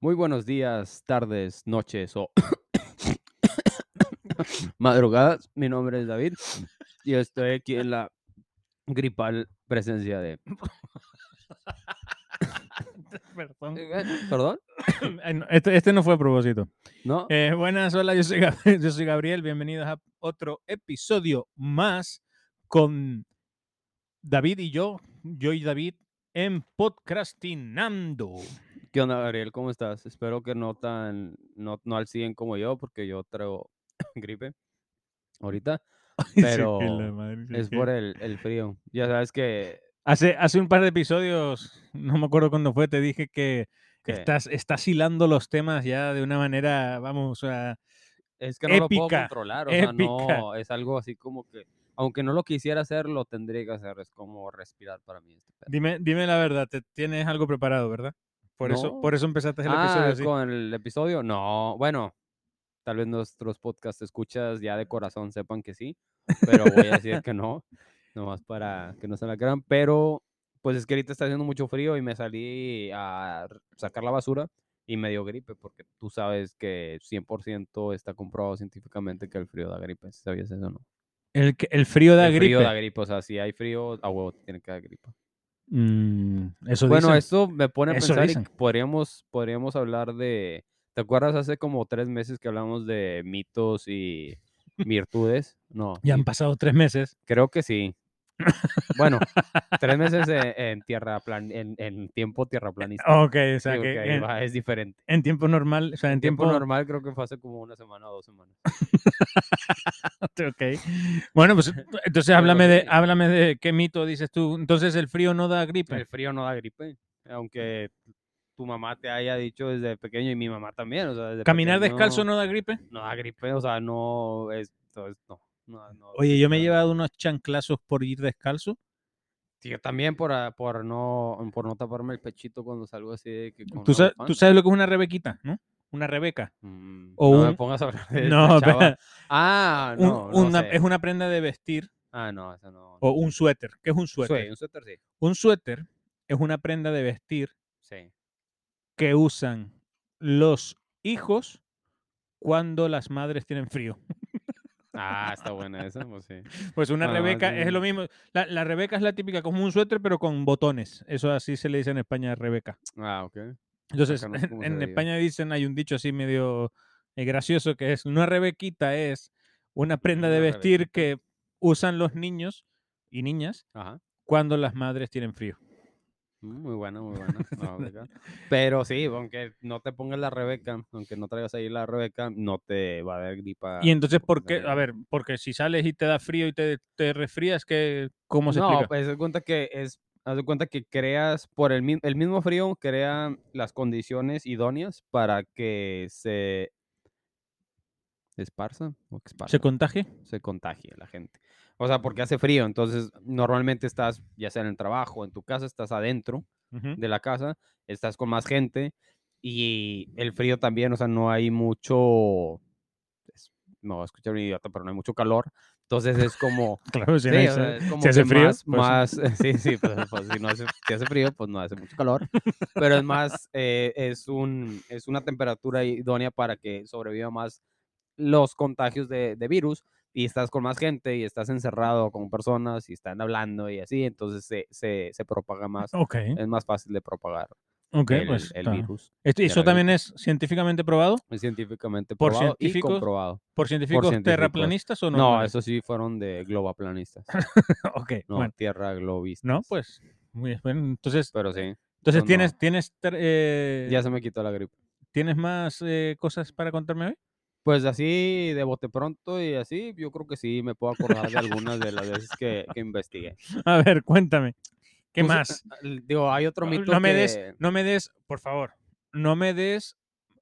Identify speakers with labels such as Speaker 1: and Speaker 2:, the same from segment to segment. Speaker 1: Muy buenos días, tardes, noches o madrugadas. Mi nombre es David y estoy aquí en la gripal presencia de...
Speaker 2: Perdón.
Speaker 1: Eh, ¿Perdón?
Speaker 2: Ay, no, Este, este no fue a propósito.
Speaker 1: ¿No?
Speaker 2: Eh, buenas, hola, yo soy, Gabriel, yo soy Gabriel. Bienvenidos a otro episodio más con David y yo, yo y David, en Podcastinando.
Speaker 1: ¿Qué onda, Gabriel? ¿Cómo estás? Espero que no tan... No, no al 100 como yo porque yo traigo gripe ahorita. Pero Es por el, el frío. Ya sabes que...
Speaker 2: hace, hace un par de episodios, no me acuerdo cuándo fue, te dije que,
Speaker 1: que
Speaker 2: estás, estás hilando los temas ya de una manera, vamos, a...
Speaker 1: es que no lo puedo
Speaker 2: épica,
Speaker 1: controlar. O sea, no, es algo así como que... Aunque no lo quisiera hacer, lo tendría que hacer. Es como respirar para mí. Este pedo.
Speaker 2: Dime, dime la verdad, te tienes algo preparado, ¿verdad? Por eso,
Speaker 1: No.
Speaker 2: por eso empezaste el
Speaker 1: ah,
Speaker 2: episodio así.
Speaker 1: con el episodio, no, bueno, tal vez nuestros podcast escuchas ya de corazón sepan que sí, pero voy a decir que no, nomás para que no se la crean, pero pues es que ahorita está haciendo mucho frío y me salí a r- sacar la basura y me dio gripe, porque tú sabes que 100% está comprobado científicamente que el frío da gripe, si sabías eso o no.
Speaker 2: El, que- el frío da
Speaker 1: el
Speaker 2: gripe.
Speaker 1: frío da gripe, o sea, si hay frío, a huevo te tiene que dar gripe.
Speaker 2: Mm, eso
Speaker 1: Bueno,
Speaker 2: dicen.
Speaker 1: esto me pone a
Speaker 2: Eso
Speaker 1: pensar y
Speaker 2: dicen.
Speaker 1: podríamos, podríamos hablar de. ¿Te acuerdas hace como tres meses que hablamos de mitos y virtudes? No.
Speaker 2: Ya han
Speaker 1: mi-
Speaker 2: pasado tres meses.
Speaker 1: Creo que sí. Bueno, tres meses en, en tierra plan, en, en tiempo tierra planista.
Speaker 2: Ok, Oh, o sea que en,
Speaker 1: es diferente.
Speaker 2: en tiempo normal, o sea, en,
Speaker 1: En
Speaker 2: tiempo,
Speaker 1: tiempo, normal creo que fue hace como una semana o dos semanas.
Speaker 2: ok. Bueno, pues entonces
Speaker 1: Algo
Speaker 2: háblame de,
Speaker 1: así.
Speaker 2: háblame de qué mito dices tú. Entonces el frío no da gripe.
Speaker 1: El frío no da gripe, aunque tu mamá te haya dicho desde pequeño y mi mamá también. o sea, desde
Speaker 2: Caminar
Speaker 1: pequeño-
Speaker 2: descalzo no da gripe.
Speaker 1: no da gripe, o sea, no es, entonces, no, no, no,
Speaker 2: Oye, yo me he
Speaker 1: no.
Speaker 2: llevado unos chanclazos por ir descalzo.
Speaker 1: Sí, yo también por, ah, por no por no taparme el pechito cuando salgo así de que con
Speaker 2: ¿Tú,
Speaker 1: una
Speaker 2: sa-
Speaker 1: bufanda.
Speaker 2: tú sabes lo que es una rebequita, ¿no? Una rebeca.
Speaker 1: Mm,
Speaker 2: o
Speaker 1: no me
Speaker 2: un-
Speaker 1: pongas a hablar de esta
Speaker 2: No,
Speaker 1: chava.
Speaker 2: espera.
Speaker 1: Ah,
Speaker 2: Un-
Speaker 1: no, no
Speaker 2: una-
Speaker 1: sé.
Speaker 2: es una prenda de vestir
Speaker 1: Ah, no, eso no.
Speaker 2: o un suéter. ¿Qué es un
Speaker 1: Sí,
Speaker 2: suéter?
Speaker 1: un suéter sí.
Speaker 2: Un suéter es una prenda de vestir
Speaker 1: Sí.
Speaker 2: que usan los hijos cuando las madres tienen frío.
Speaker 1: Ah, está buena esa, pues sí.
Speaker 2: Pues una
Speaker 1: Ah,
Speaker 2: rebeca es lo
Speaker 1: sí.
Speaker 2: mismo. La, la rebeca es la típica, como un suéter, pero con botones. Eso así se le dice en España, rebeca.
Speaker 1: Ah, ok.
Speaker 2: Entonces,
Speaker 1: no sé cómo
Speaker 2: Pues, en,
Speaker 1: se
Speaker 2: en
Speaker 1: le diga.
Speaker 2: España dicen, hay un dicho así medio eh, gracioso que es, una rebequita es una prenda de
Speaker 1: Una
Speaker 2: vestir que usan los niños y niñas
Speaker 1: Ajá.
Speaker 2: cuando las madres tienen frío.
Speaker 1: Mm, Muy buena, muy buena. no, Rebeca. Pero sí, aunque no te pongas la Rebeca, aunque no traigas ahí la Rebeca, no te va a dar gripa.
Speaker 2: Y entonces,
Speaker 1: por
Speaker 2: ¿por
Speaker 1: tener
Speaker 2: qué?
Speaker 1: gripa.
Speaker 2: A ver, porque si sales y te da frío y te, te resfrías, ¿qué, ¿cómo se
Speaker 1: no,
Speaker 2: explica?
Speaker 1: pues haz de cuenta que es, haz de cuenta que creas por el, mi- el mismo frío crea las condiciones idóneas para que se esparza o que
Speaker 2: ¿Se
Speaker 1: esparza,
Speaker 2: contagia?
Speaker 1: se contagie la gente. O sea, porque hace frío, entonces normalmente estás ya sea en el trabajo, en tu casa, estás adentro
Speaker 2: Ujú.
Speaker 1: de la casa, estás con más gente y el frío también, o sea, no hay mucho es- no, escuché un idiota, pero no hay mucho calor. Entonces es como
Speaker 2: Claro, si
Speaker 1: Sí,
Speaker 2: no hay
Speaker 1: o
Speaker 2: sal-
Speaker 1: sea, es como
Speaker 2: hace
Speaker 1: que
Speaker 2: frío,
Speaker 1: más,
Speaker 2: pues-
Speaker 1: más- sí, sí, pues, pues, si no hace, si hace frío, pues no hace mucho calor, pero es más, eh, es, un, es una temperatura idónea para que sobreviva más los contagios de, de virus y estás con más gente y estás encerrado con personas y están hablando y así, entonces se, se, se propaga más,
Speaker 2: Ok,
Speaker 1: es más fácil de propagar
Speaker 2: ok,
Speaker 1: el,
Speaker 2: pues.
Speaker 1: el
Speaker 2: está.
Speaker 1: virus,
Speaker 2: Esto-
Speaker 1: de
Speaker 2: eso
Speaker 1: la
Speaker 2: también es científicamente probado
Speaker 1: es científicamente
Speaker 2: Por
Speaker 1: probado y
Speaker 2: científicos,
Speaker 1: comprobado.
Speaker 2: por científicos,
Speaker 1: científicos.
Speaker 2: terraplanistas o no.
Speaker 1: No, eso sí fueron de globaplanistas,
Speaker 2: ok,
Speaker 1: no
Speaker 2: bueno.
Speaker 1: tierra globistas.
Speaker 2: No, pues. Muy bien. bueno, entonces,
Speaker 1: Pero sí,
Speaker 2: entonces
Speaker 1: no.
Speaker 2: tienes, tienes, ter- eh,
Speaker 1: ya se me quitó la gripe.
Speaker 2: ¿tienes más eh, cosas para contarme hoy?
Speaker 1: Pues así, de bote pronto y así, yo creo que sí me puedo acordar de algunas de las veces que, que investigué.
Speaker 2: A ver, cuéntame. ¿Qué
Speaker 1: Pues,
Speaker 2: más?
Speaker 1: L- Digo, hay otro
Speaker 2: Ah,
Speaker 1: mito
Speaker 2: No me
Speaker 1: que
Speaker 2: des, no me des, por favor, no me des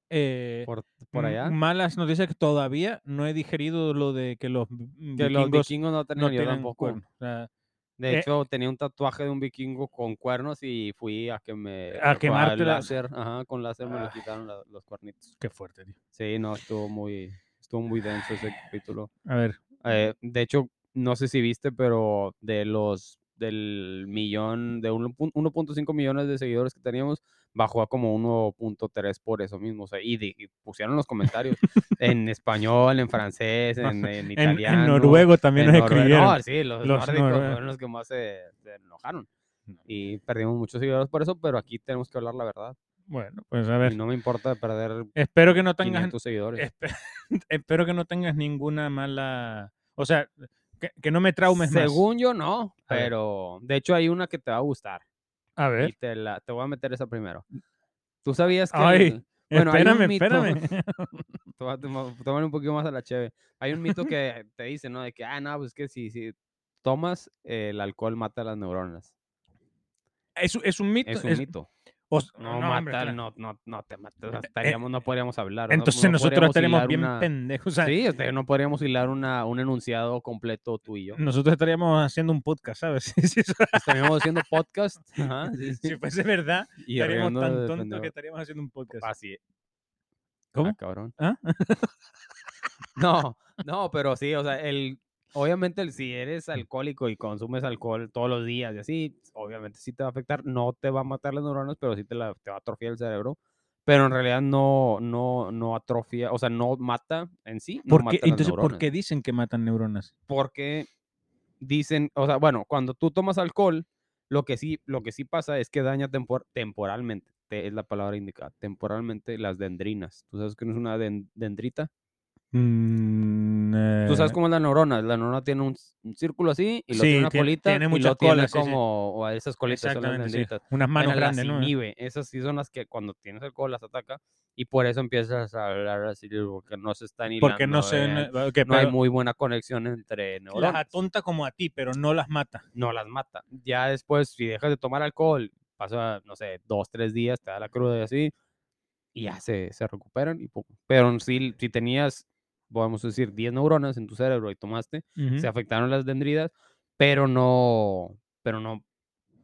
Speaker 2: eh,
Speaker 1: por, por
Speaker 2: m-
Speaker 1: allá,
Speaker 2: malas noticias que todavía no he digerido lo de que los vi-
Speaker 1: que los
Speaker 2: vikingos
Speaker 1: vikingos no
Speaker 2: no
Speaker 1: tenían, yo
Speaker 2: tienen
Speaker 1: tampoco.
Speaker 2: cuernos. O sea,
Speaker 1: De
Speaker 2: Eh.
Speaker 1: hecho, tenía un tatuaje de un vikingo con cuernos y fui a que me...
Speaker 2: A Ah. quemártelo.
Speaker 1: láser, ajá, con láser me
Speaker 2: Ay.
Speaker 1: lo quitaron la- los cuernitos.
Speaker 2: qué fuerte, tío.
Speaker 1: Sí, no, estuvo muy, estuvo muy denso
Speaker 2: Ah.
Speaker 1: ese capítulo.
Speaker 2: A ver,
Speaker 1: Eh, de hecho, no sé si viste, pero de los del millón, de 1.5 millones de seguidores que teníamos, bajó a como 1.3 por eso mismo. O sea, y, di- y pusieron los comentarios en español, en francés, en, en
Speaker 2: En- En,
Speaker 1: italiano.
Speaker 2: noruego también
Speaker 1: en
Speaker 2: nos
Speaker 1: norue-
Speaker 2: escribieron.
Speaker 1: No, sí, los,
Speaker 2: Los
Speaker 1: nórdicos
Speaker 2: norue-
Speaker 1: fueron los que más se, se enojaron. Y perdimos muchos seguidores por eso, pero aquí tenemos que hablar la verdad.
Speaker 2: Bueno, pues a
Speaker 1: Y
Speaker 2: ver.
Speaker 1: no me importa perder
Speaker 2: Espero que no tengas
Speaker 1: 500 seguidores.
Speaker 2: Espe- Espero que no tengas ninguna mala. O sea, que, que no me traumes más.
Speaker 1: Según yo, no.
Speaker 2: A ver.
Speaker 1: Pero de hecho, hay una que te va a gustar.
Speaker 2: A
Speaker 1: Y
Speaker 2: ver.
Speaker 1: te, la, te voy a meter esa primero. Tú sabías que.
Speaker 2: Ay,
Speaker 1: el- bueno, hay un mito-
Speaker 2: espérame, espérame.
Speaker 1: te voy a tomo- tomar un poquito más a la cheve. Hay un mito que te dice, ¿no? De que, ah, no, pues que si, si tomas, eh, el alcohol mata las neuronas.
Speaker 2: Es, es un mito.
Speaker 1: Es un
Speaker 2: es-
Speaker 1: mito.
Speaker 2: o s-
Speaker 1: No,
Speaker 2: no,
Speaker 1: mata,
Speaker 2: hombre, claro. E,
Speaker 1: no, no, no te mata. o sea, estaríamos- no podríamos hablar. no-
Speaker 2: Entonces
Speaker 1: no podríamos
Speaker 2: nosotros estaríamos
Speaker 1: hilar
Speaker 2: bien
Speaker 1: una-
Speaker 2: pendejos. o sea,
Speaker 1: Sí, o sea, no podríamos hilar una, un enunciado completo tú y yo.
Speaker 2: Nosotros estaríamos haciendo un podcast, ¿sabes? Si, eso-
Speaker 1: Estaríamos haciendo podcast. ajá, sí, sí,
Speaker 2: si fuese verdad,
Speaker 1: y
Speaker 2: estaríamos
Speaker 1: riéndonos
Speaker 2: tan
Speaker 1: de
Speaker 2: tontos que
Speaker 1: pendejo.
Speaker 2: estaríamos haciendo un podcast.
Speaker 1: Así es.
Speaker 2: ¿Cómo?
Speaker 1: Ah, cabrón.
Speaker 2: ¿Ah?
Speaker 1: No, no, pero sí, o sea, el, obviamente el, si eres alcohólico y consumes alcohol todos los días y así, obviamente sí te va a afectar, no te va a matar las neuronas, pero sí te, la, te va a atrofiar el cerebro. Pero en realidad no, no, no atrofia, o sea, no mata en sí. no
Speaker 2: ¿Por qué-
Speaker 1: mata las
Speaker 2: entonces, ¿por
Speaker 1: neuronas.
Speaker 2: qué dicen que matan neuronas?
Speaker 1: Porque dicen, o sea, bueno, cuando tú tomas alcohol, lo que sí, lo que sí pasa es que daña tempor- temporalmente, te- es la palabra indicada, temporalmente las dendrinas. ¿Tú sabes que no es una den- dendrita?
Speaker 2: Mm,
Speaker 1: Tú sabes
Speaker 2: eh,
Speaker 1: cómo es la neurona. La neurona tiene un, c- un círculo así y luego
Speaker 2: Sí,
Speaker 1: tiene una
Speaker 2: tiene-
Speaker 1: colita.
Speaker 2: tiene
Speaker 1: y
Speaker 2: muchas
Speaker 1: luego
Speaker 2: colas, sí, sí.
Speaker 1: Tiene como o a esas colitas son las
Speaker 2: Exactamente, sí.
Speaker 1: dendritas.
Speaker 2: Unas manos
Speaker 1: Bueno, las
Speaker 2: grandes, ¿no?
Speaker 1: inhibe. Esas sí son las que cuando tienes alcohol las ataca y por eso empiezas a hablar así porque no se están hilando.
Speaker 2: Porque no se...
Speaker 1: eh,
Speaker 2: No, ok,
Speaker 1: no hay
Speaker 2: pero-
Speaker 1: muy buena conexión entre
Speaker 2: las
Speaker 1: neuronas.
Speaker 2: atonta como a ti, pero no las mata.
Speaker 1: No las mata. Ya después, si dejas de tomar alcohol, pasa, no sé, dos, tres días, te da la cruda y así, y ya se, se recuperan. Y pum. Pero si, si tenías, podemos decir, 10 neuronas en tu cerebro y tomaste, se afectaron las dendridas, pero no, pero no,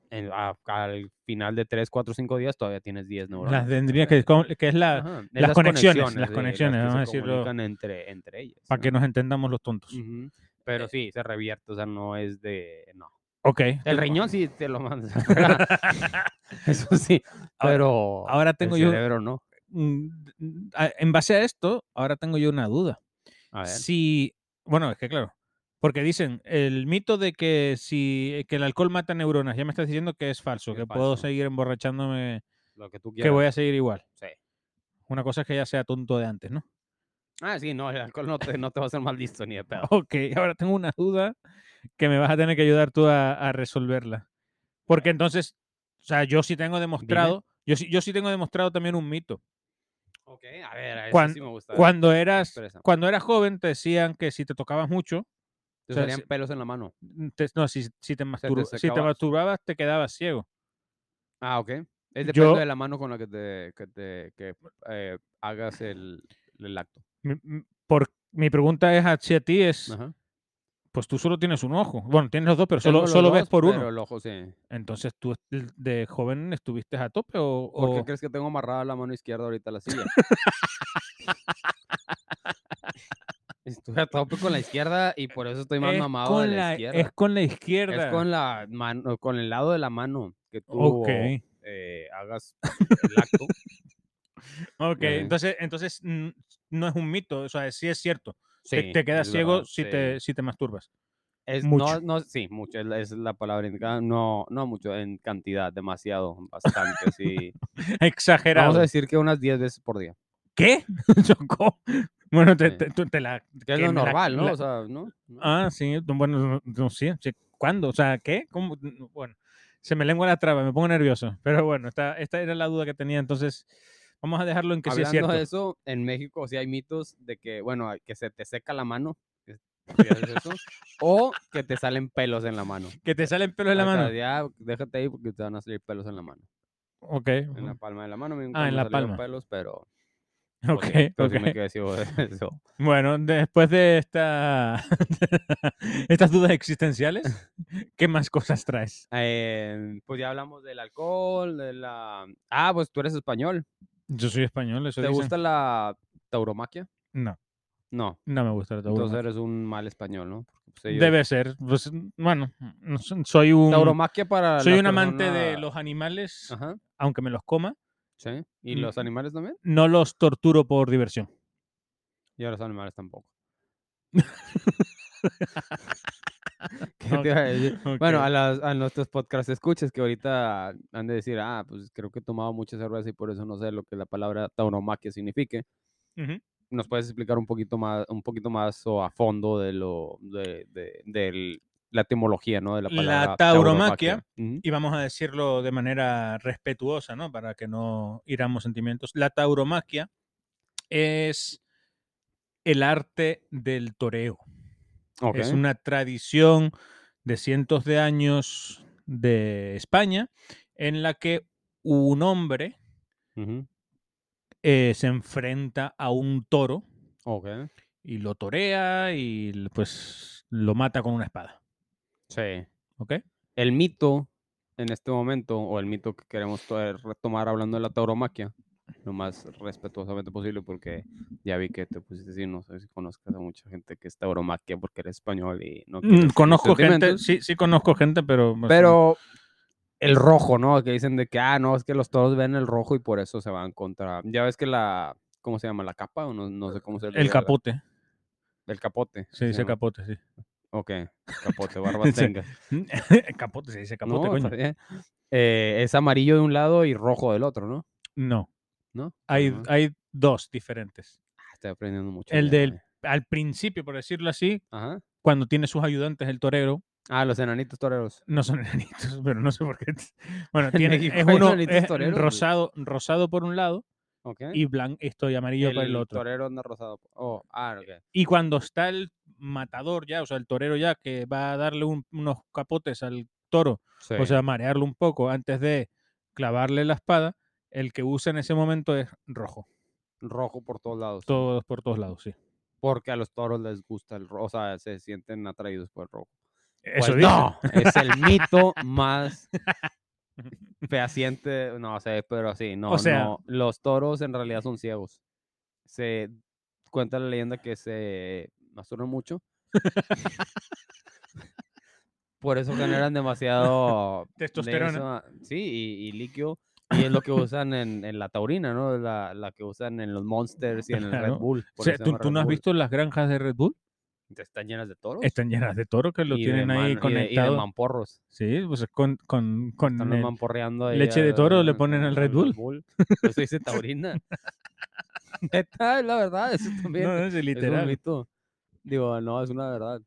Speaker 1: en- a- al final de 3, 4, 5 días todavía tienes 10 neuronas.
Speaker 2: Las dendrías, que, es como- que es la...
Speaker 1: Ajá, es
Speaker 2: las conexiones, las
Speaker 1: sí,
Speaker 2: conexiones,
Speaker 1: que
Speaker 2: vamos
Speaker 1: se
Speaker 2: a decirlo,
Speaker 1: comunican entre, entre ellas.
Speaker 2: Para que
Speaker 1: ¿no?
Speaker 2: nos eh entendamos los tontos.
Speaker 1: Ujú, Pero sí, se revierte, o sea, no es de, no.
Speaker 2: Ok.
Speaker 1: El riñón sí te lo mandas. afuera, Eso sí,
Speaker 2: Ahora-
Speaker 1: pero
Speaker 2: Ahora tengo
Speaker 1: el
Speaker 2: yo...
Speaker 1: cerebro no.
Speaker 2: mm, a- En base a esto, ahora tengo yo una duda.
Speaker 1: A ver,
Speaker 2: Si... Bueno, es que claro. Porque dicen, el mito de que si que el alcohol mata neuronas, ya me estás diciendo que es falso,
Speaker 1: Que
Speaker 2: que
Speaker 1: es
Speaker 2: puedo
Speaker 1: falso.
Speaker 2: seguir emborrachándome,
Speaker 1: lo que tú
Speaker 2: que
Speaker 1: quieras.
Speaker 2: voy a seguir igual.
Speaker 1: sí.
Speaker 2: Una cosa es que ya sea tonto de antes, ¿no?
Speaker 1: Ah, sí, no, el alcohol no te, no te va a hacer mal listo ni de pedo.
Speaker 2: Ok, ahora tengo una duda que me vas a tener que ayudar tú a, a resolverla. Porque entonces, o sea, yo sí tengo demostrado, yo sí, yo sí tengo demostrado también un mito.
Speaker 1: Ok, a ver, a eso
Speaker 2: Cuan-
Speaker 1: sí me gusta. a ver,
Speaker 2: Cuando eras,
Speaker 1: expresa.
Speaker 2: cuando eras joven te decían que si te tocabas mucho,
Speaker 1: Te
Speaker 2: o sea,
Speaker 1: salían
Speaker 2: si-
Speaker 1: pelos en la mano.
Speaker 2: mm, te- no, si, si te masturba- si te
Speaker 1: secaba-
Speaker 2: masturbabas te quedabas ciego.
Speaker 1: Ah, ok. Es depende
Speaker 2: Yo-
Speaker 1: de la mano con la que te, que te- que, eh, hagas el, el acto.
Speaker 2: Mi, m- por, mi pregunta es hacia ti es,
Speaker 1: Ajá.
Speaker 2: pues tú solo tienes un ojo. Bueno, tienes los dos, pero
Speaker 1: Tengo
Speaker 2: solo,
Speaker 1: los
Speaker 2: solo ves
Speaker 1: dos,
Speaker 2: por
Speaker 1: Pero
Speaker 2: uno.
Speaker 1: el ojo sí.
Speaker 2: Entonces tú est- de joven estuviste a tope o...
Speaker 1: ¿Por qué
Speaker 2: o-
Speaker 1: crees que tengo amarrada la mano izquierda ahorita a la silla? Estuve a tope con la izquierda y por eso estoy más
Speaker 2: es
Speaker 1: mamado
Speaker 2: con
Speaker 1: de la,
Speaker 2: la-
Speaker 1: izquierda.
Speaker 2: Es con la izquierda.
Speaker 1: Es con la mano, con el lado de la mano que tú
Speaker 2: Ok,
Speaker 1: eh, hagas el acto.
Speaker 2: ok.
Speaker 1: Ajá.
Speaker 2: Entonces, entonces mm, no es un mito, o sea, sí es cierto. Te- te,
Speaker 1: Sí,
Speaker 2: quedas
Speaker 1: es
Speaker 2: ciego
Speaker 1: verdad,
Speaker 2: si,
Speaker 1: sí.
Speaker 2: te, si te masturbas.
Speaker 1: Es,
Speaker 2: Mucho.
Speaker 1: No, no, sí, mucho, es la- es la palabra indicada. No, no mucho, en cantidad, demasiado, bastante, sí. Vamos
Speaker 2: Exagerado.
Speaker 1: a decir que unas 10 veces por día.
Speaker 2: ¿Qué? Chocó. Bueno, te,
Speaker 1: Sí.
Speaker 2: te- tú te la.
Speaker 1: Que es lo
Speaker 2: me la-
Speaker 1: normal, ¿no?
Speaker 2: la-
Speaker 1: O sea, ¿no? ¿No?
Speaker 2: Ah, sí. no, Bueno, no, no, sí, sí, ¿Cuándo? O sea, ¿qué? ¿Cómo? No, Bueno, se me lengua la traba, me pongo nervioso. Pero bueno, esta, esta era la duda que tenía. Entonces, vamos a dejarlo en que sí es
Speaker 1: Hablando
Speaker 2: cierto.
Speaker 1: de eso, en México sí hay mitos de que, bueno, que se te seca la mano. que si haces eso, o que te salen pelos en la mano.
Speaker 2: Que te salen pelos en la
Speaker 1: O sea,
Speaker 2: mano.
Speaker 1: Ya, déjate ahí porque te van a salir pelos en la mano.
Speaker 2: Ok.
Speaker 1: En la palma de la mano. a mí nunca
Speaker 2: Ah,
Speaker 1: me
Speaker 2: en la
Speaker 1: salieron
Speaker 2: palma.
Speaker 1: pelos, pero.
Speaker 2: Ok,
Speaker 1: pues, sí, pero sí
Speaker 2: ok.
Speaker 1: me quedé ciego de eso.
Speaker 2: Bueno, después de esta, estas dudas existenciales, ¿qué más cosas traes?
Speaker 1: Eh, pues ya hablamos del alcohol, de la. Ah, pues tú eres español.
Speaker 2: Yo soy español, eso
Speaker 1: ¿Te
Speaker 2: dicen.
Speaker 1: gusta la tauromaquia?
Speaker 2: No,
Speaker 1: No.
Speaker 2: no me gusta la
Speaker 1: Entonces
Speaker 2: tauromaquia.
Speaker 1: eres un mal español, ¿no? Porque, pues, ellos-
Speaker 2: Debe ser. pues, bueno, no sé, soy un,
Speaker 1: Tauromaquia para.
Speaker 2: soy
Speaker 1: las
Speaker 2: un amante de
Speaker 1: personas-
Speaker 2: los animales,
Speaker 1: Ajá.
Speaker 2: aunque me los coma,
Speaker 1: ¿Sí? ¿Y los
Speaker 2: Mm.
Speaker 1: animales también?
Speaker 2: No los torturo por diversión.
Speaker 1: Y a los animales tampoco. ¿Qué te iba a decir? Bueno, a, las- a nuestros podcast escuchas que ahorita han de decir, ah, pues creo que he tomado mucha cerveza y por eso no sé lo que la palabra tauromaquia signifique.
Speaker 2: Ujú.
Speaker 1: ¿Nos puedes explicar un poquito más, un poquito más o a fondo de lo de, de- del- la etimología, ¿no? De la
Speaker 2: La
Speaker 1: palabra
Speaker 2: tauromaquia.
Speaker 1: Ujú.
Speaker 2: y vamos a decirlo de manera respetuosa, ¿no? Para que no hiramos sentimientos. La tauromaquia es el arte del toreo.
Speaker 1: Ok,
Speaker 2: Es una tradición de cientos de años de España en la que un hombre
Speaker 1: ujú,
Speaker 2: eh, se enfrenta a un toro
Speaker 1: ok,
Speaker 2: y lo torea y l- pues lo mata con una espada.
Speaker 1: sí.
Speaker 2: ¿Ok?
Speaker 1: El mito en este momento, o el mito que queremos to- retomar hablando de la tauromaquia, lo más respetuosamente posible, porque ya vi que te pusiste así, no sé si conozcas a mucha gente que es tauromaquia porque eres español y
Speaker 2: Mm,
Speaker 1: no quieres herir
Speaker 2: Conozco gente,
Speaker 1: sentimientos,
Speaker 2: sí, sí conozco gente, pero... pues,
Speaker 1: Pero el rojo, ¿no? Que dicen de que, ah, no, es que los toros ven el rojo y por eso se van contra... Ya ves que la... ¿Cómo se llama? ¿La capa? O no, no sé cómo se le
Speaker 2: El
Speaker 1: diga la-
Speaker 2: capote,
Speaker 1: El capote. así
Speaker 2: se dice
Speaker 1: llama.
Speaker 2: capote, sí.
Speaker 1: Ok, capote, barbas
Speaker 2: Sí.
Speaker 1: tengas.
Speaker 2: capote, se dice
Speaker 1: No,
Speaker 2: capote, coño.
Speaker 1: está bien. Eh, es amarillo de un lado y rojo del otro, ¿no?
Speaker 2: No,
Speaker 1: ¿No?
Speaker 2: hay,
Speaker 1: Ah,
Speaker 2: hay dos diferentes.
Speaker 1: ah, estoy aprendiendo mucho.
Speaker 2: El
Speaker 1: el día de
Speaker 2: del-
Speaker 1: hoy.
Speaker 2: Al principio, por decirlo así,
Speaker 1: Ajá.
Speaker 2: cuando tiene sus ayudantes el torero,
Speaker 1: Ah, los enanitos toreros.
Speaker 2: no son enanitos, pero no sé por qué. Bueno,
Speaker 1: En
Speaker 2: tiene,
Speaker 1: México
Speaker 2: es
Speaker 1: hay
Speaker 2: uno
Speaker 1: enanitos
Speaker 2: es
Speaker 1: toreros, güey.
Speaker 2: rosado, rosado por un lado
Speaker 1: Ok.
Speaker 2: y blanco, esto y amarillo por el otro.
Speaker 1: ¿Eh? torero anda rosado. Oh, ah, ok.
Speaker 2: Y cuando está el matador ya, o sea, el torero ya, que va a darle un- unos capotes al toro,
Speaker 1: Sí.
Speaker 2: o sea, marearlo un poco antes de clavarle la espada, el que usa en ese momento es rojo.
Speaker 1: rojo por todos lados. sí.
Speaker 2: Todos por todos lados, sí.
Speaker 1: Porque a los toros les gusta el rojo. O sea, se sienten atraídos por el rojo.
Speaker 2: Eso
Speaker 1: Pues
Speaker 2: dice.
Speaker 1: no, es el mito más fehaciente, no sé, pero sí, no,
Speaker 2: sea-
Speaker 1: no, los toros en realidad son ciegos. Se cuenta la leyenda que se masturban mucho. Por eso generan demasiado de
Speaker 2: Testosterona.
Speaker 1: esa- sí, y, y líquido. Y es lo que usan en, en la taurina, ¿no? La, la que usan en los Monsters y en el Red
Speaker 2: Claro.
Speaker 1: Bull.
Speaker 2: O
Speaker 1: por
Speaker 2: sea,
Speaker 1: eso se
Speaker 2: ¿tú,
Speaker 1: llama
Speaker 2: tú
Speaker 1: Red
Speaker 2: no has
Speaker 1: Bull.
Speaker 2: visto las granjas de Red Bull?
Speaker 1: Están llenas de toros.
Speaker 2: Están llenas de toros que lo
Speaker 1: y de
Speaker 2: tienen
Speaker 1: man- y
Speaker 2: ahí
Speaker 1: de- Y de,
Speaker 2: conectado.
Speaker 1: mamporros.
Speaker 2: sí, pues con, con, con
Speaker 1: Están los
Speaker 2: el-
Speaker 1: mamporreando ahí
Speaker 2: leche de toro le
Speaker 1: al-
Speaker 2: ponen al Red Bull.
Speaker 1: Por Eso dice taurina. Neta, es la verdad, eso también
Speaker 2: No, es
Speaker 1: es un
Speaker 2: literal.
Speaker 1: mito. Digo, no, es una verdad.